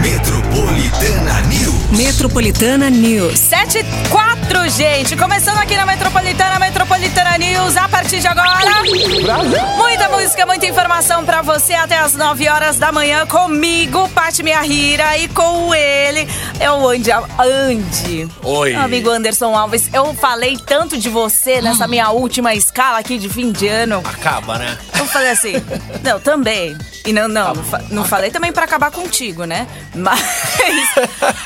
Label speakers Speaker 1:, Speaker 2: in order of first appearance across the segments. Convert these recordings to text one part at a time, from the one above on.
Speaker 1: Metropolitana News.
Speaker 2: Metropolitana News.
Speaker 3: 7 e 4, gente. Começando aqui na Metropolitana, Metropolitana News. A partir de agora, muita música, muita informação pra você até as 9 horas da manhã. Comigo, Pati Miahira, e com ele é o Andy. Andy.
Speaker 4: Oi.
Speaker 3: Amigo Anderson Alves, eu falei tanto de você nessa minha última escala aqui de fim de ano.
Speaker 4: Acaba, né?
Speaker 3: Eu falei assim, não, também. E não, não, não, fa- não falei também pra acabar contigo, né? Mas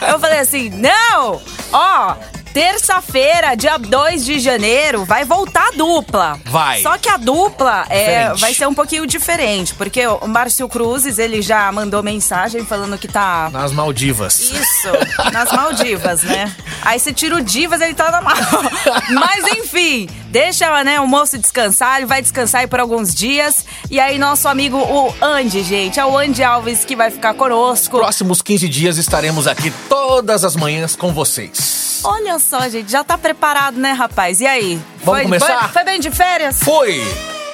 Speaker 3: eu falei assim, não! Ó, terça-feira, dia 2 de janeiro, vai voltar a dupla.
Speaker 4: Vai.
Speaker 3: Só que a dupla é,
Speaker 4: Diferente.
Speaker 3: vai ser um pouquinho diferente, porque o Márcio Cruzes, ele já mandou mensagem falando que tá.
Speaker 4: Nas Maldivas.
Speaker 3: Isso, nas Maldivas, né? Aí se tira o Divas, ele tá na mal. Mas enfim, deixa né, o moço descansar, ele vai descansar aí por alguns dias. E aí nosso amigo, o Andy, gente, é o Andy Alves que vai ficar conosco.
Speaker 4: Próximos 15 dias estaremos aqui todas as manhãs com vocês.
Speaker 3: Olha só, gente, já tá preparado, né, rapaz? E aí? foi,
Speaker 4: começar?
Speaker 3: Foi, foi bem de férias?
Speaker 4: Foi!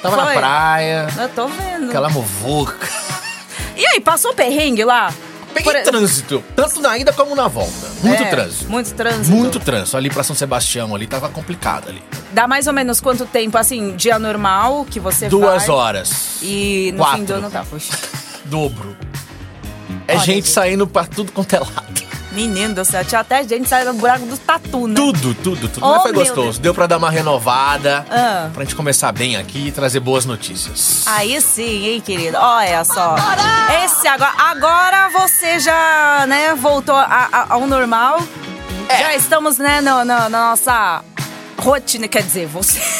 Speaker 4: Tava
Speaker 3: Foi.
Speaker 4: na praia,
Speaker 3: Eu tô vendo.
Speaker 4: aquela muvuca.
Speaker 3: E aí, passou perrengue lá?
Speaker 4: Peguei
Speaker 3: Por-
Speaker 4: trânsito, tanto na ida como na volta. Muito
Speaker 3: É,
Speaker 4: trânsito.
Speaker 3: Muito trânsito.
Speaker 4: Muito trânsito. Ali pra São Sebastião, ali tava complicado ali.
Speaker 3: Dá mais ou menos quanto tempo, assim, dia normal que você
Speaker 4: Duas
Speaker 3: vai?
Speaker 4: horas.
Speaker 3: E no fim do
Speaker 4: Quatro.
Speaker 3: ano tá, poxa.
Speaker 4: Dobro. É
Speaker 3: Olha,
Speaker 4: gente
Speaker 3: gente.
Speaker 4: saindo pra tudo quanto é lado.
Speaker 3: Menino do céu, tinha até gente saindo do buraco do tatu, né?
Speaker 4: Tudo, tudo, tudo.
Speaker 3: Oh,
Speaker 4: Mas foi
Speaker 3: meu Deus.
Speaker 4: gostoso. Deu pra dar uma renovada.
Speaker 3: Ah.
Speaker 4: Pra gente começar bem aqui e trazer boas notícias.
Speaker 3: Aí sim, hein, querido? Olha só. Esse agora. Agora você já, né, voltou a- a- ao normal. Já estamos, né, no, no- na nossa rotina. Quer dizer, você.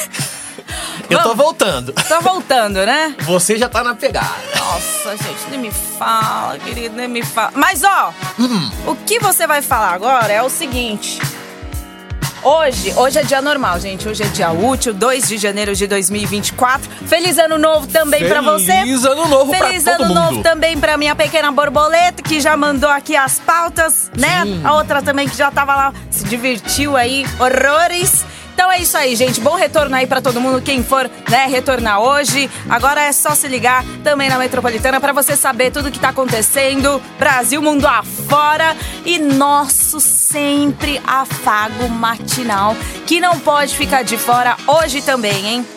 Speaker 4: Eu tô
Speaker 3: Vamos-
Speaker 4: voltando.
Speaker 3: Tá voltando, né?
Speaker 4: Você já tá na pegada.
Speaker 3: Nossa, gente, nem me fala, querido, nem me fala. Mas ó,
Speaker 4: Hum.
Speaker 3: o que você vai falar agora é o seguinte. Hoje, hoje é dia normal, gente. Hoje é dia útil, 2 de janeiro de 2024. Feliz ano novo também pra você.
Speaker 4: Feliz ano novo pra
Speaker 3: Feliz
Speaker 4: todo
Speaker 3: ano
Speaker 4: mundo.
Speaker 3: novo também pra minha pequena borboleta que já mandou aqui as pautas, né? A outra também que já tava lá, se divertiu aí, horrores. Então é isso aí, gente. Bom retorno aí pra todo mundo quem for, né, retornar hoje. Agora é só se ligar também na Metropolitana pra você saber tudo que tá acontecendo, Brasil, mundo afora e nosso sempre afago matinal que não pode ficar de fora hoje também, hein?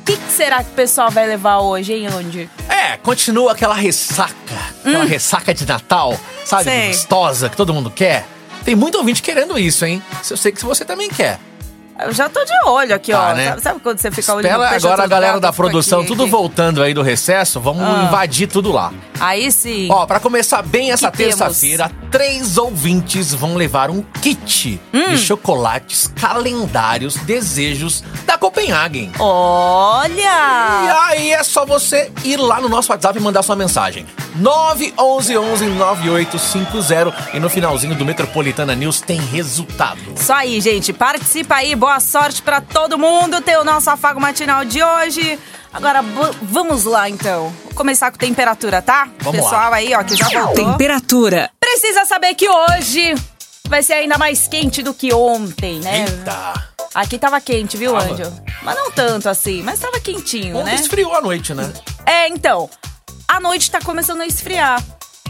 Speaker 3: O que, que será que o pessoal vai levar hoje, hein, onde?
Speaker 4: É, continua aquela ressaca. Aquela ressaca de Natal, sabe?
Speaker 3: Hum. Sei.
Speaker 4: Gostosa, que todo mundo quer. Tem muito ouvinte querendo isso, hein? Eu sei que você também quer.
Speaker 3: Eu já tô de olho aqui,
Speaker 4: Tá,
Speaker 3: ó.
Speaker 4: né?
Speaker 3: Sabe, sabe quando você fica olhando
Speaker 4: Espera
Speaker 3: fecha
Speaker 4: agora a
Speaker 3: tudo,
Speaker 4: galera
Speaker 3: volta,
Speaker 4: da
Speaker 3: fica
Speaker 4: produção,
Speaker 3: aqui,
Speaker 4: tudo
Speaker 3: aqui.
Speaker 4: voltando aí do recesso, vamos
Speaker 3: Ah.
Speaker 4: invadir tudo lá.
Speaker 3: Aí sim.
Speaker 4: Ó, pra começar bem essa
Speaker 3: Que temos?
Speaker 4: terça-feira, três ouvintes vão levar um kit
Speaker 3: Hum.
Speaker 4: de chocolates, calendários, desejos da Copenhagen. E
Speaker 3: Olha!
Speaker 4: aí é só você ir lá no nosso WhatsApp e mandar sua mensagem. 911-9850 e no finalzinho do Metropolitana News tem resultado.
Speaker 3: Isso aí, gente. Participa aí. Boa sorte pra todo mundo. Tem o nosso afago matinal de hoje. Agora, bu- vamos lá, então. Vou começar com temperatura, tá?
Speaker 4: Vamos lá.
Speaker 3: Pessoal aí, ó, que já voltou.
Speaker 2: Temperatura.
Speaker 3: Precisa saber que hoje vai ser ainda mais quente do que ontem, né?
Speaker 4: Eita!
Speaker 3: Aqui tava quente, viu,
Speaker 4: Tava.
Speaker 3: Anjo? Mas não tanto assim. Mas tava quentinho,
Speaker 4: Ontem
Speaker 3: né?
Speaker 4: esfriou a noite, né?
Speaker 3: É, então, a noite tá começando a esfriar.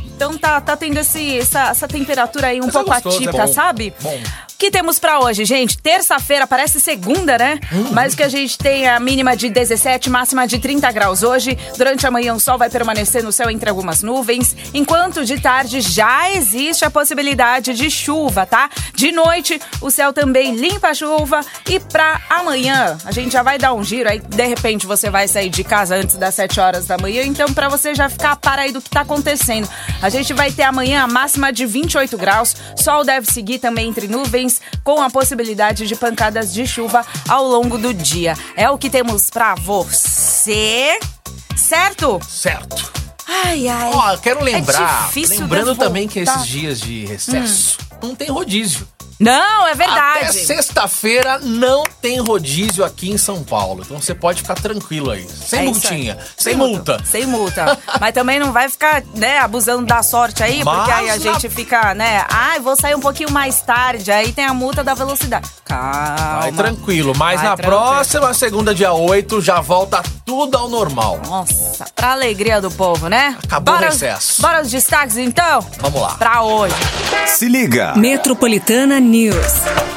Speaker 3: Então tá, tá tendo esse, essa, essa temperatura aí um
Speaker 4: Mas é
Speaker 3: pouco
Speaker 4: gostoso, é
Speaker 3: atípica,
Speaker 4: bom.
Speaker 3: sabe?
Speaker 4: Bom.
Speaker 3: O que temos pra hoje, gente? Terça-feira, parece segunda, né?
Speaker 4: Hum.
Speaker 3: Mas o que a gente tem é a mínima de 17, máxima de 30 graus hoje. Durante a manhã o sol vai permanecer no céu entre algumas nuvens, enquanto de tarde já existe a possibilidade de chuva, tá? De noite o céu também limpa a chuva e pra amanhã a gente já vai dar um giro aí, de repente você vai sair de casa antes das 7 horas da manhã, então pra você já ficar par aí do que tá acontecendo. A gente vai ter amanhã a máxima de 28 graus, sol deve seguir também entre nuvens, com a possibilidade de pancadas de chuva ao longo do dia. É o que temos pra você, certo?
Speaker 4: Certo.
Speaker 3: Ai, ai. É
Speaker 4: Ó, quero lembrar,
Speaker 3: difícil de
Speaker 4: lembrando
Speaker 3: voltar.
Speaker 4: também que esses dias de recesso não tem rodízio.
Speaker 3: Não, é verdade.
Speaker 4: Até sexta-feira não tem rodízio aqui em São Paulo. Então você pode ficar tranquilo aí. Sem
Speaker 3: É isso
Speaker 4: multinha,
Speaker 3: aí.
Speaker 4: sem multa.
Speaker 3: Sem multa. Mas também não vai ficar, né, abusando da sorte aí, porque
Speaker 4: Mas
Speaker 3: aí a
Speaker 4: na-
Speaker 3: gente fica, né, ai, vou sair um pouquinho mais tarde, aí tem a multa da velocidade. Calma.
Speaker 4: Vai tranquilo, mas
Speaker 3: Vai
Speaker 4: na
Speaker 3: tranquilo.
Speaker 4: próxima segunda, dia 8, já volta tudo ao normal.
Speaker 3: Nossa, pra alegria do povo, né?
Speaker 4: Acabou o
Speaker 3: Bora-
Speaker 4: recesso.
Speaker 3: Bora os destaques, então?
Speaker 4: Vamos lá.
Speaker 3: Pra hoje.
Speaker 1: Se liga.
Speaker 2: Metropolitana News.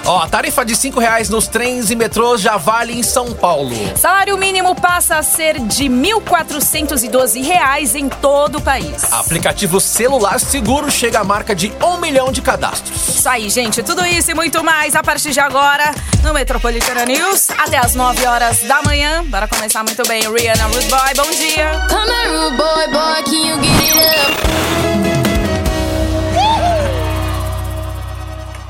Speaker 4: Ó, a tarifa de 5 reais nos trens e metrôs já vale em São Paulo.
Speaker 3: Salário mínimo passa a ser de R$ 1.412 reais em todo o país.
Speaker 4: Aplicativo celular seguro chega à marca de 1 milhão de cadastros.
Speaker 3: Isso aí, gente. Tudo isso e muito mais a partir de agora no Metropolitana News. Até às 9 horas da manhã. Bora começar muito bem. Rihanna Rude Boy, bom dia.
Speaker 5: Come here, rude boy, boy, can you get it up?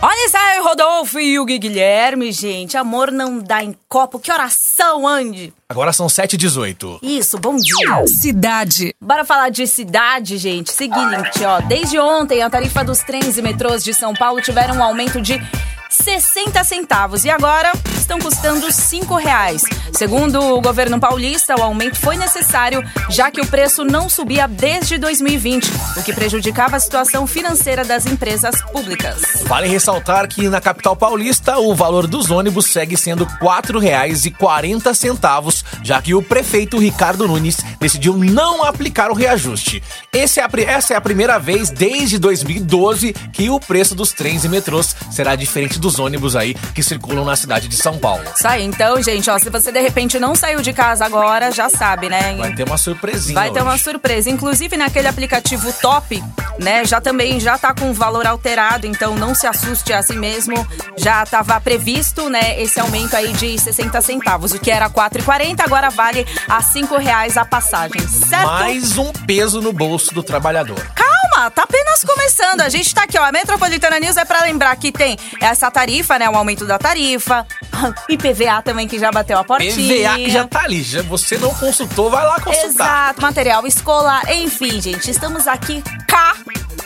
Speaker 3: Olha isso aí, Rodolfo e o Guilherme, gente. Amor não dá em copo. Que oração, Andy.
Speaker 4: Agora são 7h18.
Speaker 3: Isso, bom dia.
Speaker 2: Cidade.
Speaker 3: Bora falar de cidade, gente. Seguinte, ó. Desde ontem, a tarifa dos trens e metrôs de São Paulo tiveram um aumento de 60 centavos e agora estão custando 5 reais. Segundo o governo paulista, o aumento foi necessário, já que o preço não subia desde 2020, o que prejudicava a situação financeira das empresas públicas.
Speaker 4: Vale ressaltar que na capital paulista o valor dos ônibus segue sendo R$ 4,40, já que o prefeito Ricardo Nunes decidiu não aplicar o reajuste. Esse é a pri- essa é a primeira vez desde 2012 que o preço dos trens e metrôs será diferente dos ônibus aí que circulam na cidade de São Paulo.
Speaker 3: Isso aí, então, gente, ó, se você de repente não saiu de casa agora, já sabe, né?
Speaker 4: Vai ter uma surpresinha.
Speaker 3: Vai ter uma
Speaker 4: hoje.
Speaker 3: surpresa. Inclusive naquele aplicativo top, né? Já também já tá com o valor alterado, então não se assuste é assim mesmo. Já estava previsto, né, esse aumento aí de 60 centavos. O que era R$ 4,40 agora vale a R$ 5 reais a passagem, certo?
Speaker 4: Mais um peso no bolso do trabalhador.
Speaker 3: Calma, tá apenas começando. A gente tá aqui, ó. A Metropolitana News é pra lembrar que tem essa tarifa, né? O aumento da tarifa. IPVA também que já bateu a portinha.
Speaker 4: PVA que já tá ali. Já você não consultou, vai lá consultar.
Speaker 3: Exato, material escolar. Enfim, gente, estamos aqui cá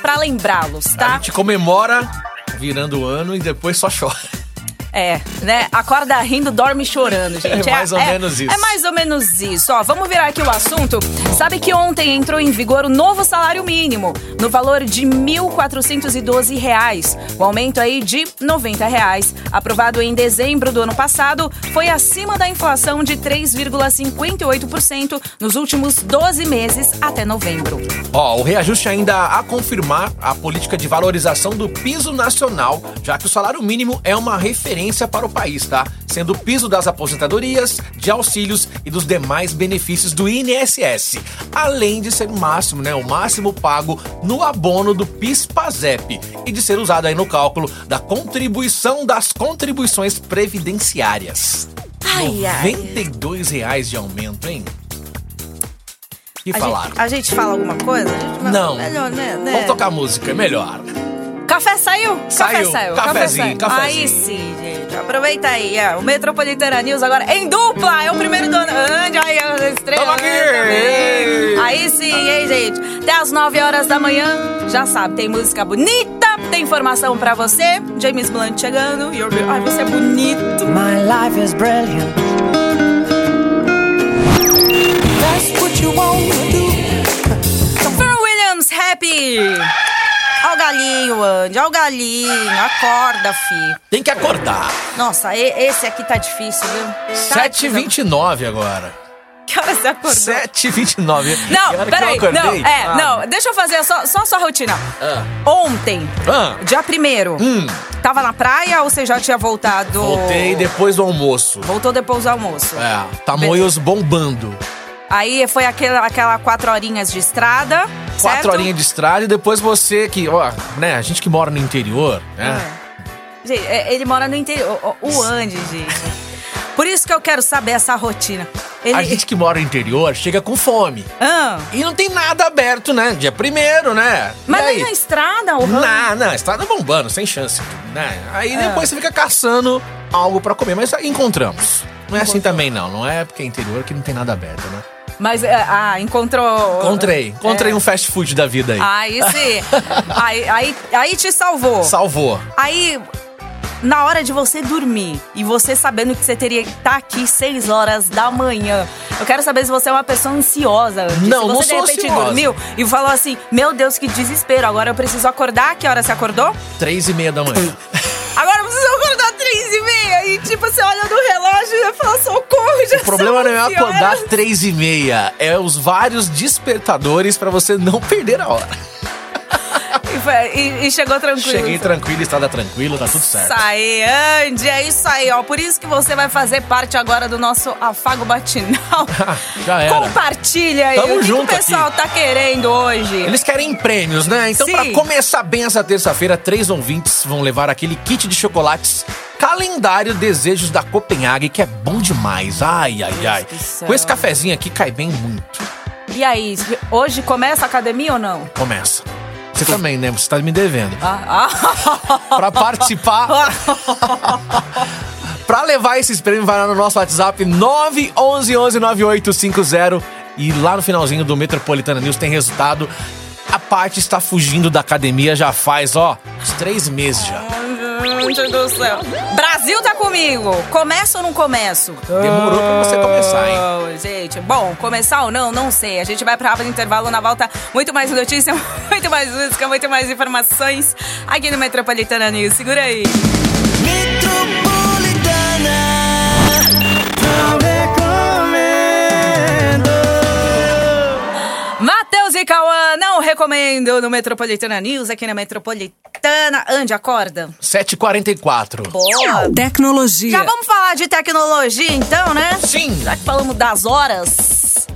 Speaker 3: pra lembrá-los,
Speaker 4: A
Speaker 3: tá?
Speaker 4: gente comemora virando o ano e depois só chora.
Speaker 3: É, né? Acorda rindo, dorme chorando, gente.
Speaker 4: É mais ou menos isso.
Speaker 3: É mais ou menos isso. Ó, vamos virar aqui o assunto. Sabe que ontem entrou em vigor o novo salário mínimo, no valor de R$ 1.412. reais. O aumento aí de R$ 90. Reais. Aprovado em dezembro do ano passado, foi acima da inflação de 3,58% nos últimos 12 meses até novembro.
Speaker 4: Ó, o reajuste ainda a confirmar a política de valorização do piso nacional, já que o salário mínimo é uma referência para o país, tá? Sendo o piso das aposentadorias, de auxílios e dos demais benefícios do INSS, além de ser o máximo, né, o máximo pago no abono do PIS/PASEP e de ser usado aí no cálculo da contribuição das contribuições previdenciárias.
Speaker 3: Ai, ai.
Speaker 4: 92 reais de aumento, hein? Que
Speaker 3: A
Speaker 4: falaram?
Speaker 3: gente, a gente fala alguma coisa? A gente
Speaker 4: Não.
Speaker 3: Melhor, né? né?
Speaker 4: Vamos tocar música, é melhor.
Speaker 3: Café saiu? Café
Speaker 4: Saiu.
Speaker 3: saiu.
Speaker 4: Cafezinho,
Speaker 3: café saiu.
Speaker 4: cafezinho.
Speaker 3: Aí sim, gente. Aproveita aí. ó. O Metropolitana News agora em dupla. É o primeiro do ano. Andy, aí, a estrela.
Speaker 4: Tamo aqui.
Speaker 3: também. Aí sim, hein, gente. Até às 9 horas da manhã. Já sabe, tem música bonita, tem informação pra você. James Blunt chegando. You're be- Ai, você é bonito.
Speaker 6: My life is brilliant. That's what you want to do.
Speaker 3: Pharrell Williams, happy. Ó o galinho, Andy. Ó o galinho. Acorda, fi.
Speaker 4: Tem que acordar.
Speaker 3: Nossa, e- esse aqui tá difícil, viu? Tá difícil.
Speaker 4: 7h29 agora.
Speaker 3: Que horas você acordou?
Speaker 4: 7h29. Que
Speaker 3: Não,
Speaker 4: hora que
Speaker 3: peraí.
Speaker 4: eu acordei?
Speaker 3: Não, é,
Speaker 4: Ah.
Speaker 3: não. Deixa eu fazer só, só sua rotina.
Speaker 4: Ah.
Speaker 3: Ontem,
Speaker 4: Ah. Hum.
Speaker 3: dia primeiro, tava na praia ou você já tinha voltado?
Speaker 4: Voltei depois do almoço.
Speaker 3: Voltou depois do almoço.
Speaker 4: É, tamoios bombando.
Speaker 3: Aí foi aquela, aquela quatro horinhas de estrada, certo?
Speaker 4: Quatro horinhas de estrada e depois você que, ó, né, a gente que mora no interior,
Speaker 3: Ah.
Speaker 4: né?
Speaker 3: Gente, é, ele mora no interior. O, o Andy, gente. Por isso que eu quero saber essa rotina. Ele...
Speaker 4: A gente que mora no interior chega com fome.
Speaker 3: Ah,
Speaker 4: E não tem nada aberto, né? Dia primeiro, né?
Speaker 3: mas
Speaker 4: e
Speaker 3: nem
Speaker 4: aí?
Speaker 3: na estrada, o Andy.
Speaker 4: Não, não, estrada bombando, sem chance. Né? Aí
Speaker 3: É.
Speaker 4: depois você fica caçando algo pra comer, mas encontramos. Não é assim também, não. Não é porque é interior que não tem nada aberto, né?
Speaker 3: Mas, é, ah, encontrou...
Speaker 4: Encontrei, encontrei
Speaker 3: É. Ah.
Speaker 4: um fast food da vida aí.
Speaker 3: Aí sim. aí, aí, aí te salvou.
Speaker 4: Salvou.
Speaker 3: Aí na hora de você dormir e você sabendo que você teria que estar aqui 6 horas da manhã. Eu quero saber se você é uma pessoa ansiosa. Andy.
Speaker 4: Não,
Speaker 3: se
Speaker 4: não
Speaker 3: você
Speaker 4: sou
Speaker 3: de repente
Speaker 4: ansiosa.
Speaker 3: dormiu e falou assim: Meu Deus, que desespero, agora eu preciso acordar. Que hora você acordou?
Speaker 4: Três e meia da manhã.
Speaker 3: Agora eu preciso acordar 3 e meia. E tipo, você olha no relógio e fala: Socorro, já
Speaker 4: O problema não
Speaker 3: são
Speaker 4: é
Speaker 3: 11 horas."
Speaker 4: acordar três e meia, é os vários despertadores pra você não perder a hora.
Speaker 3: E, foi- e- e chegou tranquilo.
Speaker 4: Cheguei tranquilo, estrada tranquila, tá tudo certo.
Speaker 3: Isso aí, Andy, é isso aí, ó. Por isso que você vai fazer parte agora do nosso afago matinal.
Speaker 4: Já era.
Speaker 3: Compartilha aí
Speaker 4: Tamo
Speaker 3: o que que,
Speaker 4: junto
Speaker 3: o pessoal tá querendo hoje.
Speaker 4: Eles querem prêmios, né? Então,
Speaker 3: Sim.
Speaker 4: pra começar bem essa terça-feira, três ouvintes vão levar aquele kit de chocolates calendário Desejos da Copenhague, que é bom demais. Ai, ai, ai.
Speaker 3: do céu.
Speaker 4: Com esse cafezinho aqui cai bem muito.
Speaker 3: E aí, hoje começa a academia ou não?
Speaker 4: Começa. Você também, né? Você tá me devendo.
Speaker 3: Ah, ah.
Speaker 4: Pra participar. pra levar esses prêmios, vai lá no nosso WhatsApp 911-9850. E lá no finalzinho do Metropolitana News tem resultado. A parte está fugindo da academia já faz, ó, uns três meses já.
Speaker 3: Meu Deus do céu. Brasil tá comigo. Começa ou não começo?
Speaker 4: Demorou pra você começar, hein?
Speaker 3: Oh, gente, bom, começar ou não, não sei. A gente vai pra rápido intervalo na volta. Muito mais notícia, muito mais música, muito mais informações aqui no Metropolitana News. Segura aí. Matheus e Cauã, não recomendo no Metropolitana News, aqui na Metropolitana. Andy, acorda.
Speaker 4: 7h44.
Speaker 3: Boa. Já
Speaker 2: Tecnologia.
Speaker 3: vamos falar de tecnologia então, né?
Speaker 4: Sim.
Speaker 3: Já que falamos das horas.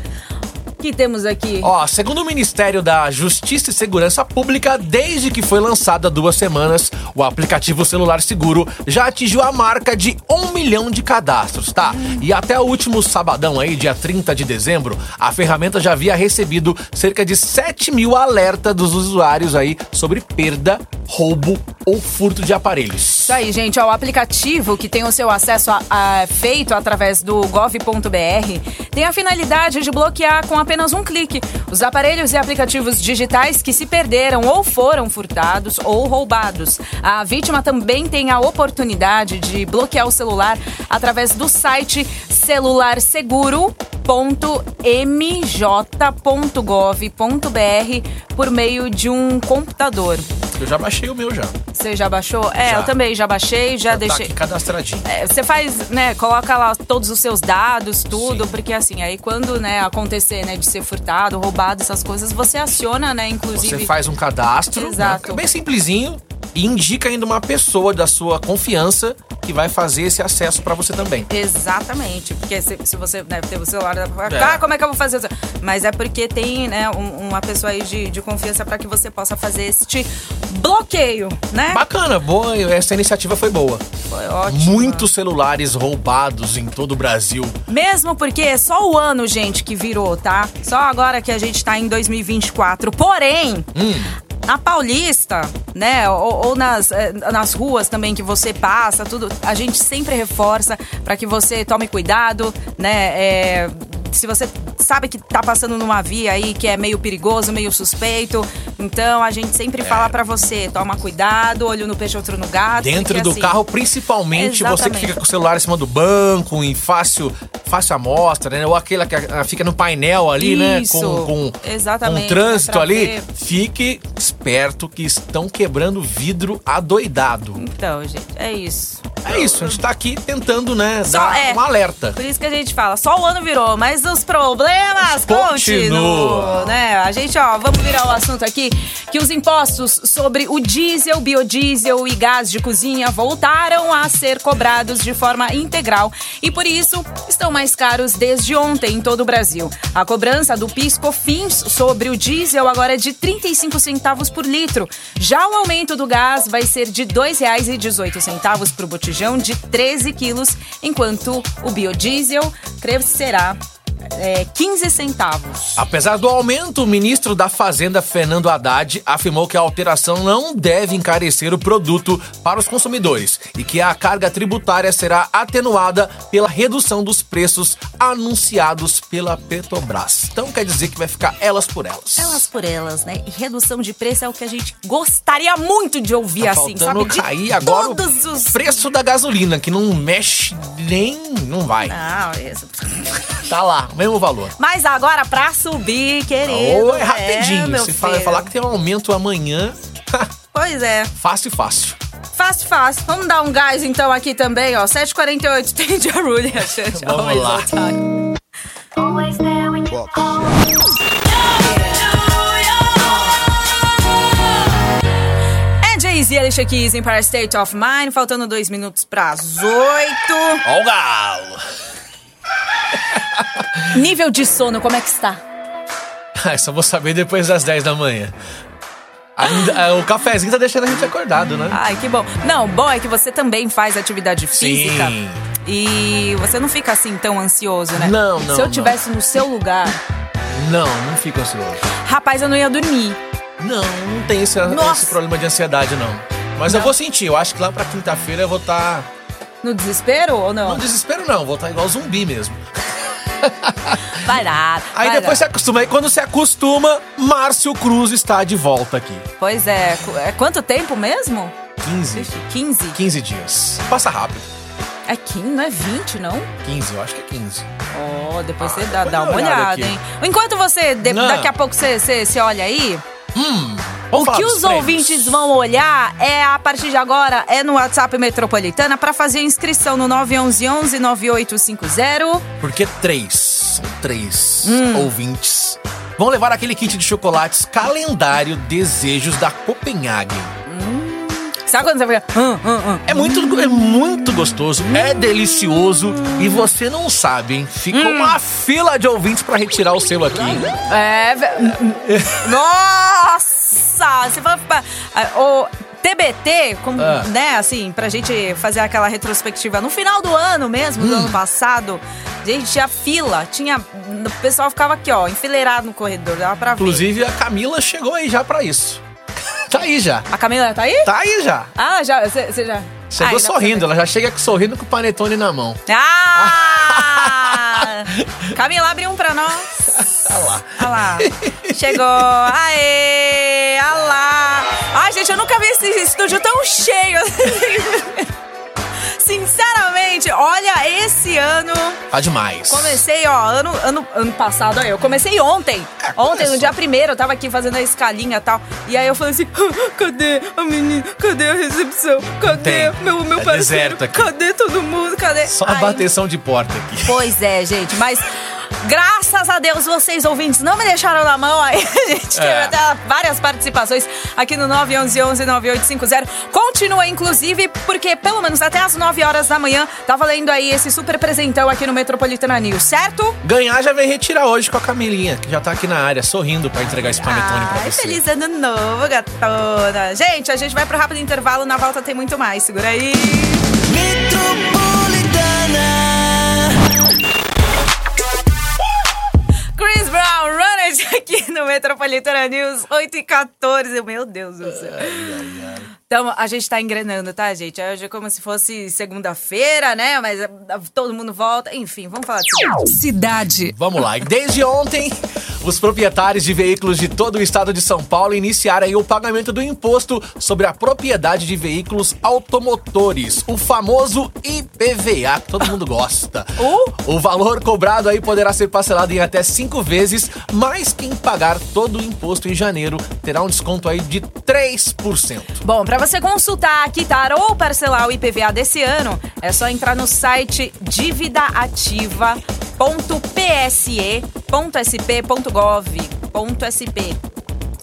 Speaker 3: O que temos aqui?
Speaker 4: Ó, segundo o Ministério da Justiça e Segurança Pública, desde que foi lançado há duas semanas, o aplicativo Celular Seguro já atingiu a marca de um milhão de cadastros, tá? E até o último sabadão aí, dia 30 de dezembro, a ferramenta já havia recebido cerca de 7 mil alertas dos usuários aí sobre perda, roubo ou furto de aparelhos.
Speaker 3: Isso aí, gente. Ó, o aplicativo que tem o seu acesso a- a- feito através do gov.br tem a finalidade de bloquear com apenas um clique os aparelhos e aplicativos digitais que se perderam ou foram furtados ou roubados. A vítima também tem a oportunidade de bloquear o celular através do site celularseguro.mj.gov.br por meio de um computador.
Speaker 4: Eu já baixei o meu já.
Speaker 3: Você já baixou? É,
Speaker 4: Já.
Speaker 3: eu também já baixei, já,
Speaker 4: Já Tá
Speaker 3: deixei.
Speaker 4: aqui cadastradinho.
Speaker 3: É, Você faz, né, coloca lá todos os seus dados, tudo,
Speaker 4: Sim.
Speaker 3: porque assim, aí quando, né, acontecer, né, de ser furtado, roubado, essas coisas, você aciona, né, inclusive.
Speaker 4: Você faz um cadastro,
Speaker 3: Exato.
Speaker 4: né? bem simplesinho, e indica ainda uma pessoa da sua confiança que vai fazer esse acesso pra você também.
Speaker 3: Exatamente, porque se, se você né, ter o celular,
Speaker 4: É.
Speaker 3: ah, como é que eu vou fazer isso? Mas é porque tem, né, um- uma pessoa aí de, de confiança pra que você possa fazer este bloqueio, né?
Speaker 4: Bacana, boa, essa iniciativa foi boa.
Speaker 3: Foi ótimo.
Speaker 4: Muitos celulares roubados em todo o Brasil.
Speaker 3: Ah, Mesmo porque é só o ano, gente, que virou, tá? Só agora que a gente tá em 2024. Porém,
Speaker 4: Hum.
Speaker 3: na Paulista, né, ou, ou nas, eh, nas ruas também que você passa, tudo, a gente sempre reforça pra que você tome cuidado, né? é, se você sabe que tá passando numa via aí que é meio perigoso, meio suspeito, então a gente
Speaker 4: É.
Speaker 3: sempre fala pra você, toma cuidado, olho no peixe, outro no gato.
Speaker 4: Dentro
Speaker 3: porque,
Speaker 4: do
Speaker 3: assim,
Speaker 4: carro, principalmente você que
Speaker 3: Exatamente.
Speaker 4: fica com o celular em cima do banco, em fácil, fácil amostra, né? Ou aquela que ah, fica no painel ali, né?
Speaker 3: Isso,
Speaker 4: Com, com,
Speaker 3: exatamente,
Speaker 4: com o trânsito
Speaker 3: pra
Speaker 4: ali.
Speaker 3: ver.
Speaker 4: Fique esperto que estão quebrando vidro adoidado.
Speaker 3: Então, gente, é isso.
Speaker 4: É isso, a gente tá aqui tentando, né,
Speaker 3: Só-
Speaker 4: dar
Speaker 3: é.
Speaker 4: um alerta.
Speaker 3: Por isso que a gente fala, só o ano virou, mas os problemas
Speaker 4: Continuam.
Speaker 3: continuam, né? A gente, ó, vamos virar o assunto aqui, que os impostos sobre o diesel, biodiesel e gás de cozinha voltaram a ser cobrados de forma integral e por isso estão mais caros desde ontem em todo o Brasil. A cobrança do PIS/COFINS sobre o diesel agora é de 35 centavos por litro. Já o aumento do gás vai ser de R$ 2,18 para o botijão de 13 quilos, enquanto o biodiesel crescerá é, 15 centavos.
Speaker 4: Apesar do aumento, o ministro da Fazenda, Fernando Haddad, afirmou que a alteração não deve encarecer o produto para os consumidores e que a carga tributária será atenuada pela redução dos preços anunciados pela Petrobras. Então, quer quer dizer que vai ficar elas por elas.
Speaker 3: Elas por elas, né? E redução de preço é o que a gente gostaria muito de ouvir
Speaker 4: Tá
Speaker 3: assim,
Speaker 4: faltando
Speaker 3: sabe? De
Speaker 4: cair agora o
Speaker 3: todos os.
Speaker 4: preço da gasolina, que não mexe nem. não vai.
Speaker 3: Não, isso.
Speaker 4: Tá lá, o mesmo valor.
Speaker 3: Mas agora pra subir, querido.
Speaker 4: Ou é rapidinho.
Speaker 3: né, meu
Speaker 4: Se fala-
Speaker 3: filho.
Speaker 4: falar que tem um aumento amanhã,
Speaker 3: Pois é.
Speaker 4: fácil, fácil.
Speaker 3: Fácil, fácil. Vamos dar um gás então aqui também, ó. 7h48 tem de Arulha, gente.
Speaker 4: Vamos
Speaker 3: Always
Speaker 4: lá.
Speaker 3: on time. É Jay-Z e Alicia Keys em Empire State of Mind. Faltando dois minutos pras oito.
Speaker 4: Ó o galo!
Speaker 3: Nível de sono, como é que está?
Speaker 4: Ah, só vou saber depois das 10 da manhã. Ainda- ah, o cafezinho tá deixando a gente acordado, né?
Speaker 3: Ai, que bom. Não, bom é que você também faz atividade física.
Speaker 4: Sim.
Speaker 3: E você não fica assim tão ansioso, né?
Speaker 4: Não, não,
Speaker 3: Se eu
Speaker 4: não.
Speaker 3: tivesse no seu lugar,
Speaker 4: Não, não fico ansioso.
Speaker 3: rapaz, eu não ia dormir.
Speaker 4: Não, não tem esse,
Speaker 3: Nossa.
Speaker 4: esse problema de ansiedade, não. Mas eu vou sentir, eu acho que lá pra quinta-feira eu vou estar.
Speaker 3: No desespero ou não?
Speaker 4: Não desespero, não, vou estar igual zumbi mesmo.
Speaker 3: Vai dar.
Speaker 4: Aí
Speaker 3: vai
Speaker 4: depois
Speaker 3: dar.
Speaker 4: se acostuma. Aí quando se acostuma, Márcio Cruz está de volta aqui.
Speaker 3: Pois é. Qu- é quanto tempo mesmo?
Speaker 4: 15.
Speaker 3: Vixe, 15?
Speaker 4: 15 dias. Passa rápido.
Speaker 3: É 15, não é 20, não?
Speaker 4: 15, eu acho que é 15.
Speaker 3: Ó, depois
Speaker 4: Ah,
Speaker 3: você dá, dá
Speaker 4: depois dá
Speaker 3: uma
Speaker 4: uma olhada
Speaker 3: olhada,
Speaker 4: aqui.
Speaker 3: hein? Enquanto você, de-
Speaker 4: Não.
Speaker 3: daqui a pouco você, você, você olha aí,
Speaker 4: Vamos
Speaker 3: o
Speaker 4: falar
Speaker 3: que
Speaker 4: dos
Speaker 3: os
Speaker 4: prêmios.
Speaker 3: ouvintes vão olhar é, a partir de agora, é no WhatsApp Metropolitana para fazer a inscrição no 911-9850.
Speaker 4: Porque três, são três
Speaker 3: Hum.
Speaker 4: ouvintes, vão levar aquele kit de chocolates calendário Desejos da Copenhague.
Speaker 3: Sabe quando você fica... "Hum, hum, hum."
Speaker 4: É muito, é muito gostoso, é delicioso e você não sabe, hein? Fica
Speaker 3: Hum.
Speaker 4: uma fila de ouvintes pra retirar o selo aqui.
Speaker 3: É... ve- Nossa! Você fala... pra- ah, O TBT, como,
Speaker 4: Ah.
Speaker 3: né, assim, pra gente fazer aquela retrospectiva no final do ano mesmo,
Speaker 4: Hum.
Speaker 3: do ano passado, gente, a fila tinha... O pessoal ficava aqui, ó, enfileirado no corredor, dava pra ver.
Speaker 4: Inclusive, a Camila chegou aí já pra isso. Tá aí já,
Speaker 3: A Camila tá aí?
Speaker 4: tá aí já.
Speaker 3: Ah, já, você já...
Speaker 4: Chegou
Speaker 3: Ah, ainda
Speaker 4: sorrindo, ela já chega sorrindo com o panetone na mão.
Speaker 3: Ah! Camila, abre um pra nós. Olha lá. lá. Chegou. Aê! Olha lá. Ai, gente, eu nunca vi esse estúdio tão cheio. Sinceramente, olha, esse ano.
Speaker 4: Tá demais.
Speaker 3: Comecei, ó, ano, ano, ano passado, ó, eu comecei ontem. Ontem, no
Speaker 4: É, começou.
Speaker 3: dia primeiro, eu tava aqui fazendo a escalinha e tal. E aí eu falei assim: "Ah, cadê a menina? Cadê a recepção? Cadê
Speaker 4: Tem.
Speaker 3: meu, meu
Speaker 4: É
Speaker 3: parceiro?
Speaker 4: deserto aqui.
Speaker 3: cadê todo mundo? Cadê?
Speaker 4: Só
Speaker 3: Aí-
Speaker 4: bateção de porta aqui.
Speaker 3: Pois é, gente, mas graças a Deus vocês ouvintes não me deixaram na mão aí. A gente teve
Speaker 4: É.
Speaker 3: até várias participações aqui no 911-9850. Continua, inclusive, porque pelo menos até as 9 horas da manhã tá valendo aí esse super presentão aqui no Metropolitana News, certo?
Speaker 4: Ganhar já vem retirar hoje com a Camilinha, que já tá aqui na área, sorrindo pra entregar esse panetone pra
Speaker 3: Ai,
Speaker 4: você.
Speaker 3: feliz ano novo, gatona. Gente, a gente vai pro rápido intervalo, na volta tem muito mais. Segura aí. Chris Brown, Runners aqui no Metropolitana News, 8 e 14. Meu Deus do céu. Então, a gente tá engrenando, tá, gente? Hoje é como se fosse segunda-feira, né? Mas eh, todo mundo volta. Enfim, vamos falar disso.
Speaker 2: Cidade.
Speaker 4: Vamos lá. E Desde ontem, os proprietários de veículos de todo o estado de São Paulo iniciaram aí o pagamento do imposto sobre a propriedade de veículos automotores, o famoso IPVA, que todo mundo gosta.
Speaker 3: Uh!
Speaker 4: O valor cobrado aí poderá ser parcelado em até cinco vezes, mas quem pagar todo o imposto em janeiro terá um desconto aí de 3%.
Speaker 3: Bom, para você consultar, quitar ou parcelar o IPVA desse ano, é só entrar no site dívidaativa.pse.sp.gov.sp.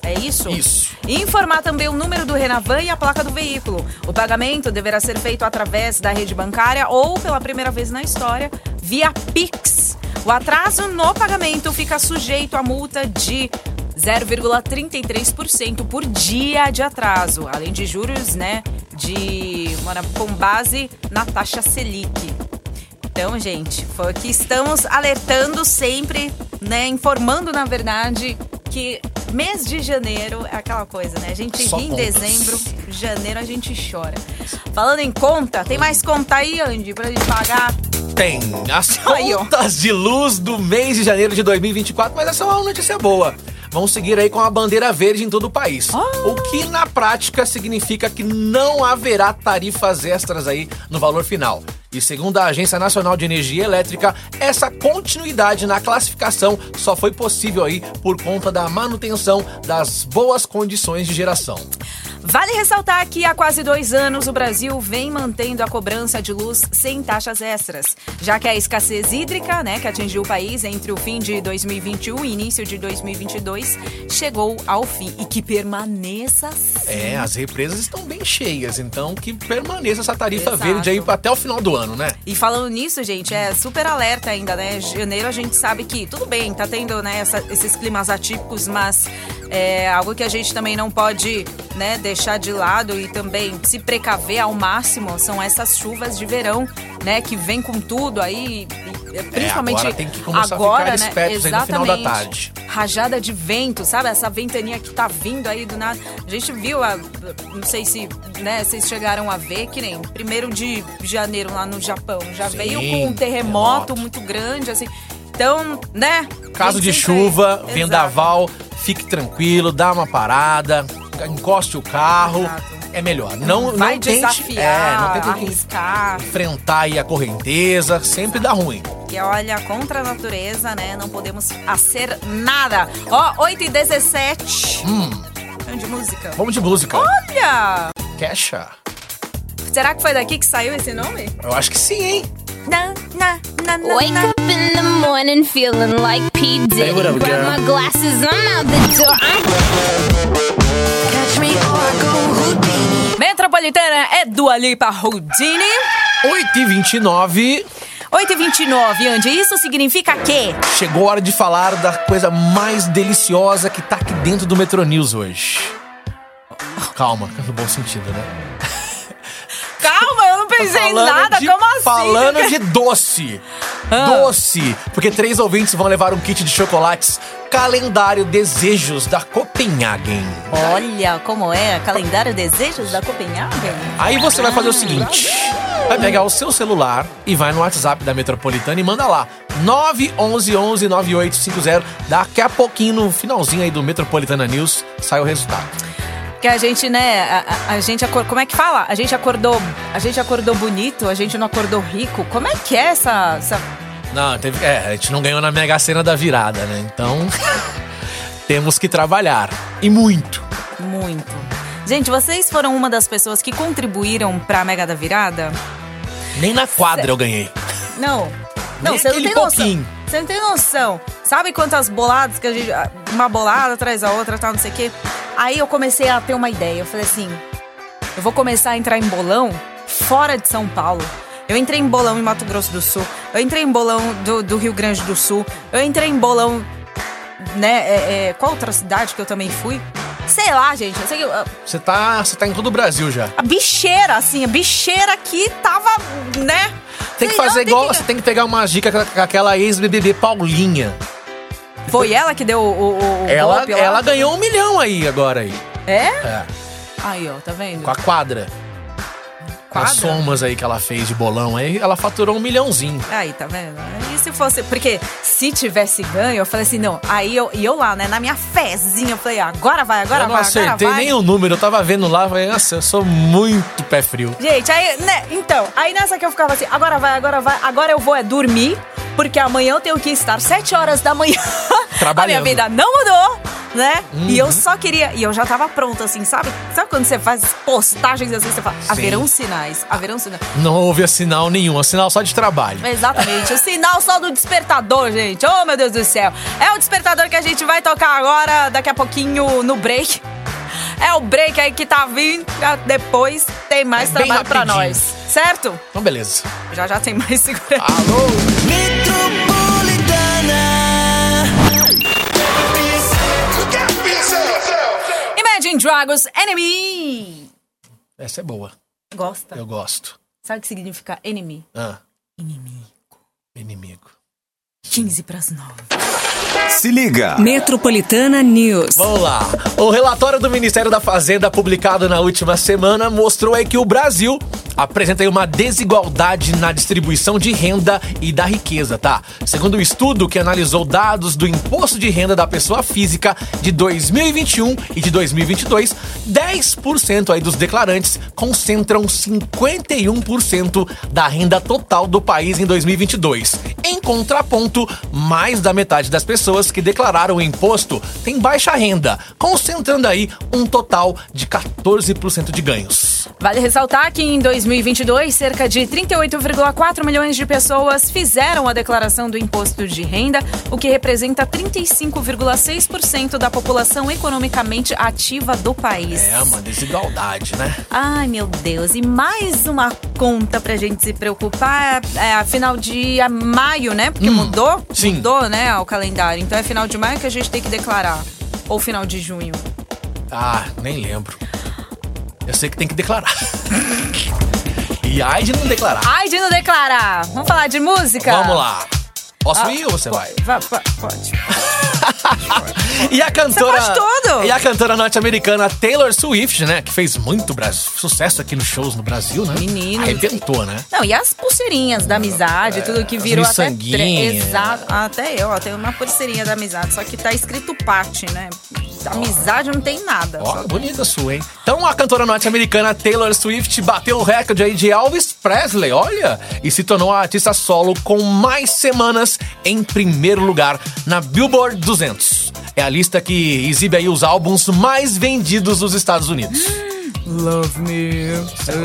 Speaker 3: É isso?
Speaker 4: Isso.
Speaker 3: E informar também o número do Renavan e a placa do veículo. O pagamento deverá ser feito através da rede bancária ou, pela primeira vez na história, via Pix. O atraso no pagamento fica sujeito à multa de 0,33% por dia de atraso, além de juros, né, de mora- com base na taxa Selic. Então, gente, foi o que estamos alertando sempre, né? Informando, na verdade, que mês de janeiro é aquela coisa, né? A gente
Speaker 4: Só
Speaker 3: ri em
Speaker 4: contas.
Speaker 3: dezembro, janeiro a gente chora. Falando em conta, tem mais conta aí, Andy, pra gente pagar?
Speaker 4: Ontem, as
Speaker 3: Aí, ó.
Speaker 4: contas de luz do mês de janeiro de 2024, mas essa é uma notícia boa. Vão seguir aí com a bandeira verde em todo o país.
Speaker 3: Ah.
Speaker 4: O que na prática significa que não haverá tarifas extras aí no valor final. E segundo a Agência Nacional de Energia Elétrica, essa continuidade na classificação só foi possível aí por conta da manutenção das boas condições de geração.
Speaker 3: Vale ressaltar que há quase dois anos o Brasil vem mantendo a cobrança de luz sem taxas extras, já que a escassez hídrica, né, que atingiu o país entre o fim de 2021 e início de 2022, chegou ao fim e que permaneça assim.
Speaker 4: É, as represas estão bem cheias, então que permaneça essa tarifa
Speaker 3: Exato.
Speaker 4: verde aí até o final do ano, né?
Speaker 3: E falando nisso, gente, é super alerta ainda, né? Janeiro a gente sabe que, tudo bem, tá tendo né, essa- esses climas atípicos, mas é algo que a gente também não pode né, deixar de lado e também se precaver ao máximo são essas chuvas de verão, né? Que vem com tudo aí, e- e principalmente
Speaker 4: É, agora tem que começar a
Speaker 3: agora,
Speaker 4: ficar
Speaker 3: né?
Speaker 4: espertos aí no final da
Speaker 3: Exatamente.
Speaker 4: tarde.
Speaker 3: Rajada de vento, sabe? Essa ventania que tá vindo aí do nada. A gente viu, a, não sei se né, vocês chegaram a ver, que nem primeiro de janeiro lá no Japão. Já
Speaker 4: Sim,
Speaker 3: veio com um terremoto,
Speaker 4: terremoto.
Speaker 3: muito grande, assim. Então, né?
Speaker 4: Caso
Speaker 3: Tem
Speaker 4: de
Speaker 3: sempre aí.
Speaker 4: chuva,
Speaker 3: Exato.
Speaker 4: vendaval, fique tranquilo, dá uma parada, encoste o carro.
Speaker 3: Exato.
Speaker 4: É melhor. Não,
Speaker 3: Vai
Speaker 4: não tente,
Speaker 3: desafiar,
Speaker 4: é, não tente
Speaker 3: arriscar.
Speaker 4: enfrentar aí a correnteza, sempre dá ruim.
Speaker 3: E olha, contra a natureza, né? Não podemos hacer nada. Ó, 8 e 17. Hum. De música.
Speaker 4: Vamos de música.
Speaker 3: Olha!
Speaker 4: Kesha.
Speaker 3: Será que foi daqui que saiu esse nome?
Speaker 4: Eu acho que sim, hein?
Speaker 3: Na, na, na, na,
Speaker 5: Wake
Speaker 3: na.
Speaker 5: up in the morning feeling like P. Diddy.
Speaker 7: what up,
Speaker 5: Grab
Speaker 7: girl?
Speaker 5: my glasses, I'm out the door. I'm
Speaker 6: Catch me or go Houdini.
Speaker 3: Metropolitana é Dua Lipa Houdini.
Speaker 4: 8h29.
Speaker 3: 8h29, Andy. Isso significa que
Speaker 4: Chegou a hora de falar da coisa mais deliciosa que tá aqui dentro do Metro News hoje. Calma, no bom sentido, né?
Speaker 3: Calma, eu não pensei em nada.
Speaker 4: de,
Speaker 3: Como assim? Ah.
Speaker 4: Falando de doce. Doce. Porque três ouvintes vão levar um kit de chocolates calendário desejos da Copenhagen.
Speaker 3: Olha como é, calendário desejos da Copenhague.
Speaker 4: Aí você vai fazer o seguinte. Vai pegar o seu celular e vai no WhatsApp da Metropolitana e manda lá. 911-11-9850. Daqui a pouquinho, no finalzinho aí do Metropolitana News, sai o resultado.
Speaker 3: Que a gente, né, a, a- a gente acordou, como é que fala? A gente acordou, a gente acordou bonito, a gente não acordou rico. Como é que é essa, essa...
Speaker 4: Não, teve, é, a gente não ganhou na Mega Sena da virada, né? Então, temos que trabalhar. E muito.
Speaker 3: muito? Gente, vocês foram uma das pessoas que contribuíram pra Mega da Virada?
Speaker 4: Nem na quadra eu ganhei.
Speaker 3: Não. Não,
Speaker 4: Nem
Speaker 3: você não
Speaker 4: aquele
Speaker 3: tem
Speaker 4: pouquinho.
Speaker 3: noção. Você não tem noção. Sabe quantas boladas que a gente. Uma bolada atrás da outra, tal, não sei o quê. Aí eu comecei a ter uma ideia. Eu falei assim: eu vou começar a entrar em bolão fora de São Paulo. Eu entrei em bolão em Mato Grosso do Sul. Eu entrei em bolão do, do Rio Grande do Sul. Eu entrei em bolão. Né? é, é, qual outra cidade que eu também fui? Sei lá, gente. Eu sei que eu-
Speaker 4: Você tá, você tá em todo o Brasil já.
Speaker 3: a bicheira, assim, a bicheira que tava, né?
Speaker 4: Tem que
Speaker 3: Falei,
Speaker 4: fazer
Speaker 3: não,
Speaker 4: igual,
Speaker 3: tem que-
Speaker 4: você tem que pegar uma dica com- com aquela ex-BBB Paulinha.
Speaker 3: Foi ela que deu o, o, o
Speaker 4: Ela,
Speaker 3: golpe lá?
Speaker 4: ela ganhou um milhão aí agora aí.
Speaker 3: É?
Speaker 4: É,
Speaker 3: Aí, ó, tá vendo?
Speaker 4: com a quadra. Com as
Speaker 3: Quadra?
Speaker 4: somas aí que ela fez de bolão aí, ela faturou um milhãozinho.
Speaker 3: Aí, tá vendo? E se fosse. Porque se tivesse ganho, eu falei assim, não. Aí eu, e eu lá, né, na minha fezinha, eu falei, ah, agora vai, agora
Speaker 4: eu não
Speaker 3: vai,
Speaker 4: acertei
Speaker 3: agora vai.
Speaker 4: nem o número, eu tava vendo lá, falei, nossa, eu sou muito pé frio.
Speaker 3: Gente, aí, né, então, aí nessa que eu ficava assim, agora vai, agora vai, agora eu vou é dormir, porque amanhã eu tenho que estar sete horas da manhã.
Speaker 4: Trabalhando. Uhum.
Speaker 3: A minha vida não mudou, né? E eu só queria, e eu já tava pronta, assim, sabe? Sabe quando você faz postagens assim, você fala, haverão sinais, haverão sinais.
Speaker 4: Não houve sinal nenhum, é sinal só de trabalho.
Speaker 3: Exatamente, o sinal só do despertador, gente. Oh, meu Deus do céu. É o despertador que a gente vai tocar agora, daqui a pouquinho, no break. É o break aí que tá vindo, já depois tem mais
Speaker 4: É bem
Speaker 3: trabalho pra
Speaker 4: rapidinho.
Speaker 3: nós. Certo?
Speaker 4: Então, beleza.
Speaker 3: Já já tem mais segurança.
Speaker 4: Alô? Ah.
Speaker 3: Imagine Dragons Enemy.
Speaker 4: Essa é boa,
Speaker 3: Gosta.
Speaker 4: eu gosto.
Speaker 3: Sabe o que significa enemy?
Speaker 4: Ah. Inimigo. Inimigo.
Speaker 3: 15 pras 9.
Speaker 1: Se liga.
Speaker 2: Metropolitana News.
Speaker 4: Vamos lá. O relatório do Ministério da Fazenda publicado na última semana mostrou aí é que o Brasil apresenta aí uma desigualdade na distribuição de renda e da riqueza, tá? Segundo o estudo que analisou dados do imposto de renda da pessoa física de 2021 e de 2022, 10% aí dos declarantes concentram 51% da renda total do país em 2022. Em contraponto, mais da metade das pessoas que declararam o imposto tem baixa renda, concentrando aí um total de 14% de ganhos.
Speaker 3: Vale ressaltar que em 2022, cerca de 38,4 milhões de pessoas fizeram a declaração do imposto de renda, o que representa 35,6% da população economicamente ativa do país.
Speaker 4: É uma desigualdade, né?
Speaker 3: Ai, meu Deus. E mais uma conta pra gente se preocupar. É, é final de maio, né? Porque mudou.
Speaker 4: Hum, sim.
Speaker 3: Mudou, né, o calendário. Então é final de maio que a gente tem que declarar. Ou final de junho.
Speaker 4: Ah, nem lembro. Eu sei que tem que declarar. e ai de não declarar.
Speaker 3: Ai, de não declarar. Vamos falar de música?
Speaker 4: Vamos lá. Posso
Speaker 3: Ah,
Speaker 4: ir ou você vai?
Speaker 3: Vá- vá- Pode.
Speaker 4: E a cantora.
Speaker 3: Você faz tudo!
Speaker 4: E a cantora norte-americana Taylor Swift, né? Que fez muito Bras- sucesso aqui nos shows no Brasil, né?
Speaker 3: Menino.
Speaker 4: Arrebentou, né?
Speaker 3: Não, e as pulseirinhas da amizade, tudo que
Speaker 4: as
Speaker 3: virou até
Speaker 4: miçanguinhas.
Speaker 3: Exato. Ah, Até eu, ó, tenho uma pulseirinha da amizade, só que tá escrito parte, né? Da amizade não tem nada.
Speaker 4: Ó, bonita sua, hein? Então a cantora norte-americana Taylor Swift bateu o recorde aí de Elvis Presley, olha! E se tornou a artista solo com mais semanas em primeiro lugar na Billboard 200. É a lista que exibe aí os álbuns mais vendidos dos Estados Unidos.
Speaker 3: Love me,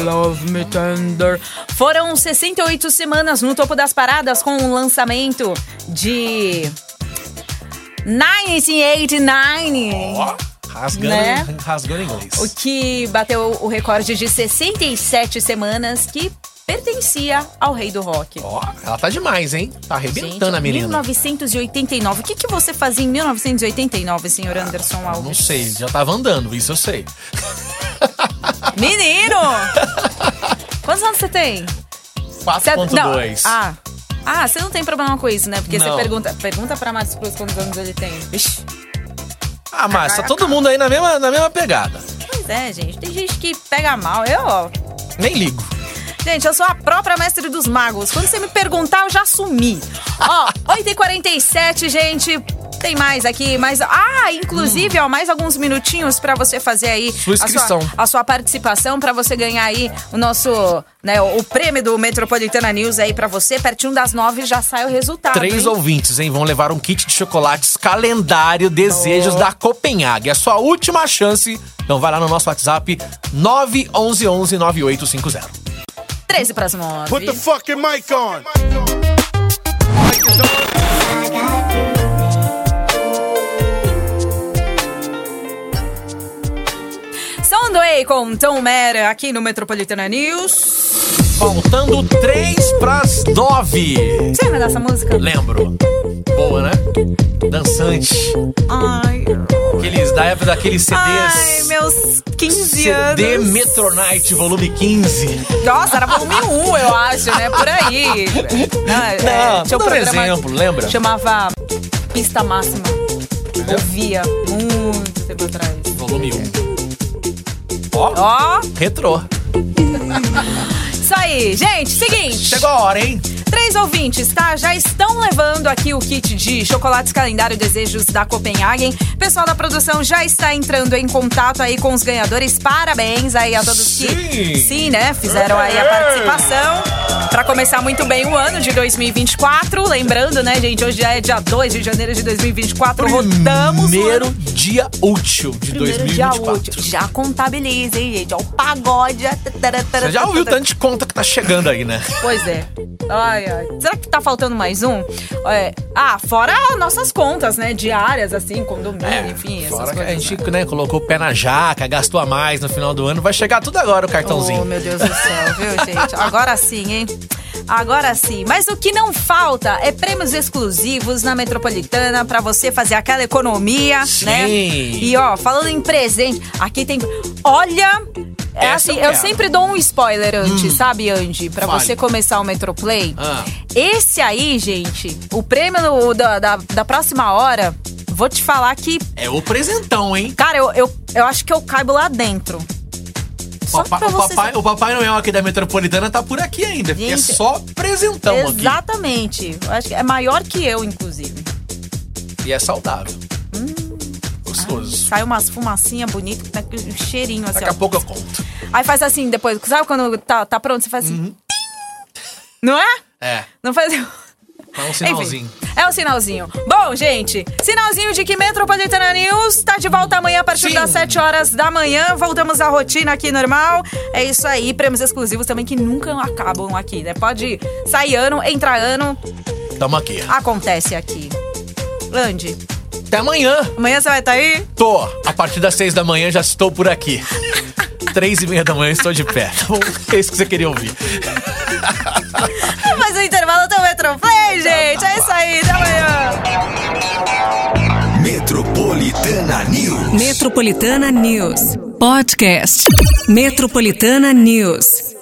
Speaker 3: love me tender. Foram 68 semanas no topo das paradas com o lançamento de 1989.
Speaker 4: Ó, rasgando,
Speaker 3: Hum. Né?
Speaker 4: rasgando em inglês.
Speaker 3: O que bateu o recorde de 67 semanas que pertencia ao rei do rock.
Speaker 4: Ó, ela tá demais, hein? Tá arrebentando
Speaker 3: Gente,
Speaker 4: a menina.
Speaker 3: 1989. O que, que você fazia em 1989, senhor Anderson Alves?
Speaker 4: Ah, Não sei, já tava andando, isso eu sei.
Speaker 3: Menino! Quantos anos você tem? Cê- não.
Speaker 4: 4.2.
Speaker 3: Ah. Ah, você não tem problema com isso, né? Porque você
Speaker 4: Não.
Speaker 3: pergunta, pergunta pra Matos Cruz quantos anos ele tem. Ixi,
Speaker 4: Ah, mas tá todo mundo aí na mesma, na mesma pegada.
Speaker 3: pois é, gente. Tem gente que pega mal. Eu, ó.
Speaker 4: Nem ligo.
Speaker 3: Gente, eu sou a própria mestre dos magos. Quando você me perguntar, eu já sumi. Ó, 8h47, gente. Tem mais aqui, mais. Ah, inclusive, ó, mais alguns minutinhos pra você fazer aí
Speaker 4: Sua inscrição.
Speaker 3: A sua, a sua participação pra você ganhar aí o nosso, né, o, o prêmio do Metropolitana News aí pra você. Pertinho das nove já sai o resultado.
Speaker 4: Três
Speaker 3: hein?
Speaker 4: ouvintes, hein, vão levar um kit de chocolates calendário Desejos da Copenhague. É a sua última chance. Então vai lá no nosso WhatsApp 911-9850.
Speaker 3: 13 pras nove.
Speaker 7: Put the fucking mic on.
Speaker 3: Soundway com Tom Mera aqui no Metropolitana News.
Speaker 4: Faltando três pras nove.
Speaker 3: Você lembra dessa música?
Speaker 4: Lembro. Boa, né? Dançante.
Speaker 3: Ai,
Speaker 4: Aqueles da época daqueles CDs.
Speaker 3: ai, meus 15 anos.
Speaker 4: CD Metronite, volume 15.
Speaker 3: Nossa, era volume 1, eu acho, né? Por aí. é,
Speaker 4: Não,
Speaker 3: tinha
Speaker 4: vou dar um exemplo, lembra?
Speaker 3: Chamava Pista Máxima. Ouvia muito tempo atrás.
Speaker 4: Volume 1. Ó,
Speaker 3: Ó,
Speaker 4: retrô.
Speaker 3: isso aí. Gente, seguinte.
Speaker 4: Chegou a hora, hein?
Speaker 3: Três ouvintes, tá? Já estão levando aqui o kit de chocolates calendário Desejos da Copenhagen. Pessoal da produção já está entrando em contato aí com os ganhadores. Parabéns aí a todos que,
Speaker 4: Sim.
Speaker 3: sim, né, fizeram aí a participação. Pra começar muito bem o ano de 2024. Lembrando, né, gente, hoje já é dia 2 de janeiro de 2024. Rodamos o
Speaker 4: Primeiro
Speaker 3: ano.
Speaker 4: dia útil de
Speaker 3: né? Primeiro
Speaker 4: 2024.
Speaker 3: dia útil. Já contabiliza, hein, gente? Ó, o pagode.
Speaker 4: Você já ouviu o tanto de conta que tá chegando aí, né?
Speaker 3: Pois é. Ai, ai. Será que tá faltando mais um? É. Ah, fora nossas contas, né? Diárias, assim, condomínio, enfim, essas
Speaker 4: É, Fora que
Speaker 3: coisas.
Speaker 4: a gente né, colocou o pé na jaca, gastou a mais no final do ano, vai chegar tudo agora o
Speaker 3: Oh,
Speaker 4: cartãozinho.
Speaker 3: meu Deus do céu, viu, gente? Agora sim, hein? Agora sim. Mas o que não falta é prêmios exclusivos na Metropolitana pra você fazer aquela economia,
Speaker 4: Sim.
Speaker 3: né? E ó, falando em presente, aqui tem. Olha! É
Speaker 4: Essa
Speaker 3: assim,
Speaker 4: eu
Speaker 3: eu,
Speaker 4: quero. Hum.
Speaker 3: sempre dou um spoiler antes, sabe, Andy? Pra
Speaker 4: Fale.
Speaker 3: você começar o Metroplay.
Speaker 4: Ah.
Speaker 3: Esse aí, gente, o prêmio do- da, da, da próxima hora, vou te falar que
Speaker 4: É o presentão, hein?
Speaker 3: Cara, eu, eu, eu acho que eu caibo lá dentro.
Speaker 4: O
Speaker 3: Só
Speaker 4: papai,
Speaker 3: pra
Speaker 4: o,
Speaker 3: você
Speaker 4: papai, o Papai Noel aqui da Metropolitana tá por aqui ainda. porque é
Speaker 3: Gente,
Speaker 4: só presentão
Speaker 3: saber. Exatamente. Eu Acho que é maior que eu, inclusive.
Speaker 4: aqui. E é saudável. Gostoso.
Speaker 3: Sai umas fumacinhas bonitas, tá com um cheirinho assim.
Speaker 4: Daqui a
Speaker 3: ó.
Speaker 4: pouco Uhum. eu conto.
Speaker 3: Aí faz assim depois. Sabe quando tá, tá pronto? Você faz assim. "Tim". Não é?
Speaker 4: É,
Speaker 3: Não faz.
Speaker 4: é um
Speaker 3: Enfim,
Speaker 4: sinalzinho.
Speaker 3: é um sinalzinho. Bom, gente, sinalzinho de que Metropolitana News tá de volta amanhã a partir
Speaker 4: Sim.
Speaker 3: das 7 horas da manhã. Voltamos à rotina aqui normal. É isso aí, prêmios exclusivos também que nunca acabam aqui, né? Pode sair ano, entrar ano,
Speaker 4: Tamo aqui.
Speaker 3: acontece aqui. Landy,
Speaker 4: Até amanhã.
Speaker 3: amanhã você vai estar aí?
Speaker 4: Tô. A partir das seis da manhã já estou por aqui. Três e meia da manhã estou de pé. Tá bom? É isso que você queria ouvir.
Speaker 3: Mas o intervalo do Metroplay, gente. É isso aí, até amanhã.
Speaker 1: Metropolitana News.
Speaker 2: Metropolitana News. Podcast. Metropolitana News.